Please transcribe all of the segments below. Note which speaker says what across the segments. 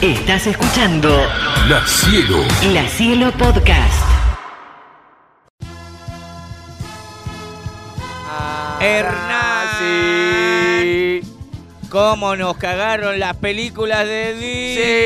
Speaker 1: Estás escuchando
Speaker 2: La Cielo.
Speaker 1: La Cielo Podcast.
Speaker 3: Hernán. ¿Cómo nos cagaron las películas de Disney?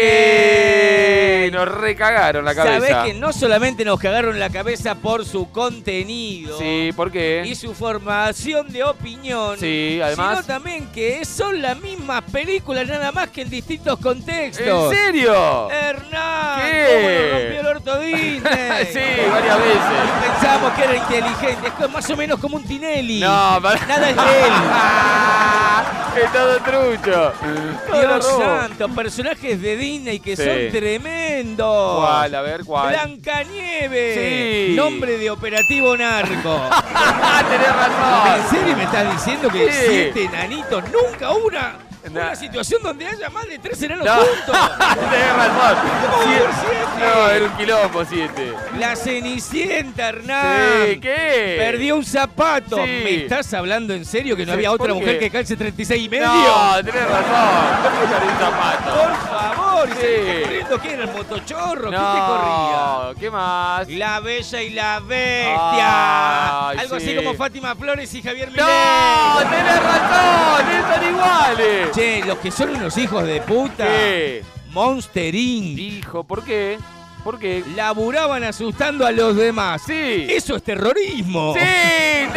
Speaker 4: Sí, nos recagaron la cabeza.
Speaker 3: Sabés que no solamente nos cagaron la cabeza por su contenido
Speaker 4: Sí, ¿por
Speaker 3: y
Speaker 4: qué?
Speaker 3: su formación de opinión,
Speaker 4: Sí, además.
Speaker 3: sino también que son las mismas películas, nada más que en distintos
Speaker 4: ¿En
Speaker 3: contextos.
Speaker 4: serio?
Speaker 3: Eh, Hernán,
Speaker 4: ¿Qué?
Speaker 3: ¿cómo nos rompió el orto Disney?
Speaker 4: sí, varias veces.
Speaker 3: Pensamos que era inteligente, es co- más o menos como un Tinelli.
Speaker 4: No, para-
Speaker 3: Nada es de él.
Speaker 4: es todo trucho. Todo
Speaker 3: Dios
Speaker 4: robo.
Speaker 3: santo, personajes de Disney que
Speaker 4: Sí.
Speaker 3: son tremendos.
Speaker 4: ¿Cuál? A ver, ¿cuál?
Speaker 3: Blancanieve.
Speaker 4: Sí.
Speaker 3: Nombre de operativo narco.
Speaker 4: ¡Ah, tenés razón!
Speaker 3: ¿En serio me estás diciendo que
Speaker 4: Sí.
Speaker 3: siete enanitos nunca una, una
Speaker 4: No.
Speaker 3: situación donde haya más de tres enanos
Speaker 4: No,
Speaker 3: juntos?
Speaker 4: tenés razón.
Speaker 3: ¿Cómo
Speaker 4: Sí,
Speaker 3: va a haber siete?
Speaker 4: No, era un quilombo siete.
Speaker 3: La Cenicienta, Hernán.
Speaker 4: Sí, ¿qué?
Speaker 3: Ah, Perdió un zapato.
Speaker 4: Sí.
Speaker 3: ¿Me estás hablando en serio que no
Speaker 4: Sí,
Speaker 3: había otra
Speaker 4: ¿por
Speaker 3: mujer
Speaker 4: qué?
Speaker 3: que calce 36 y medio?
Speaker 4: No, tenés razón. ¿Cómo que era un zapato?
Speaker 3: Por favor,
Speaker 4: Sí.
Speaker 3: ¿y corriendo quién era el motochorro? ¿Quién te corría?
Speaker 4: No, ¿qué más?
Speaker 3: La Bella y la Bestia.
Speaker 4: Ay,
Speaker 3: Algo así
Speaker 4: sí.
Speaker 3: como Fátima Flores y Javier Milei.
Speaker 4: ¡No! ¡Tenés razón! ¡Están iguales!
Speaker 3: Che, los que son unos hijos de puta.
Speaker 4: ¿Qué?
Speaker 3: Monster Inc.
Speaker 4: Dijo, ¿por qué? ¿Por qué?
Speaker 3: Laburaban asustando a los demás.
Speaker 4: Sí.
Speaker 3: Eso es terrorismo.
Speaker 4: ¡Sí!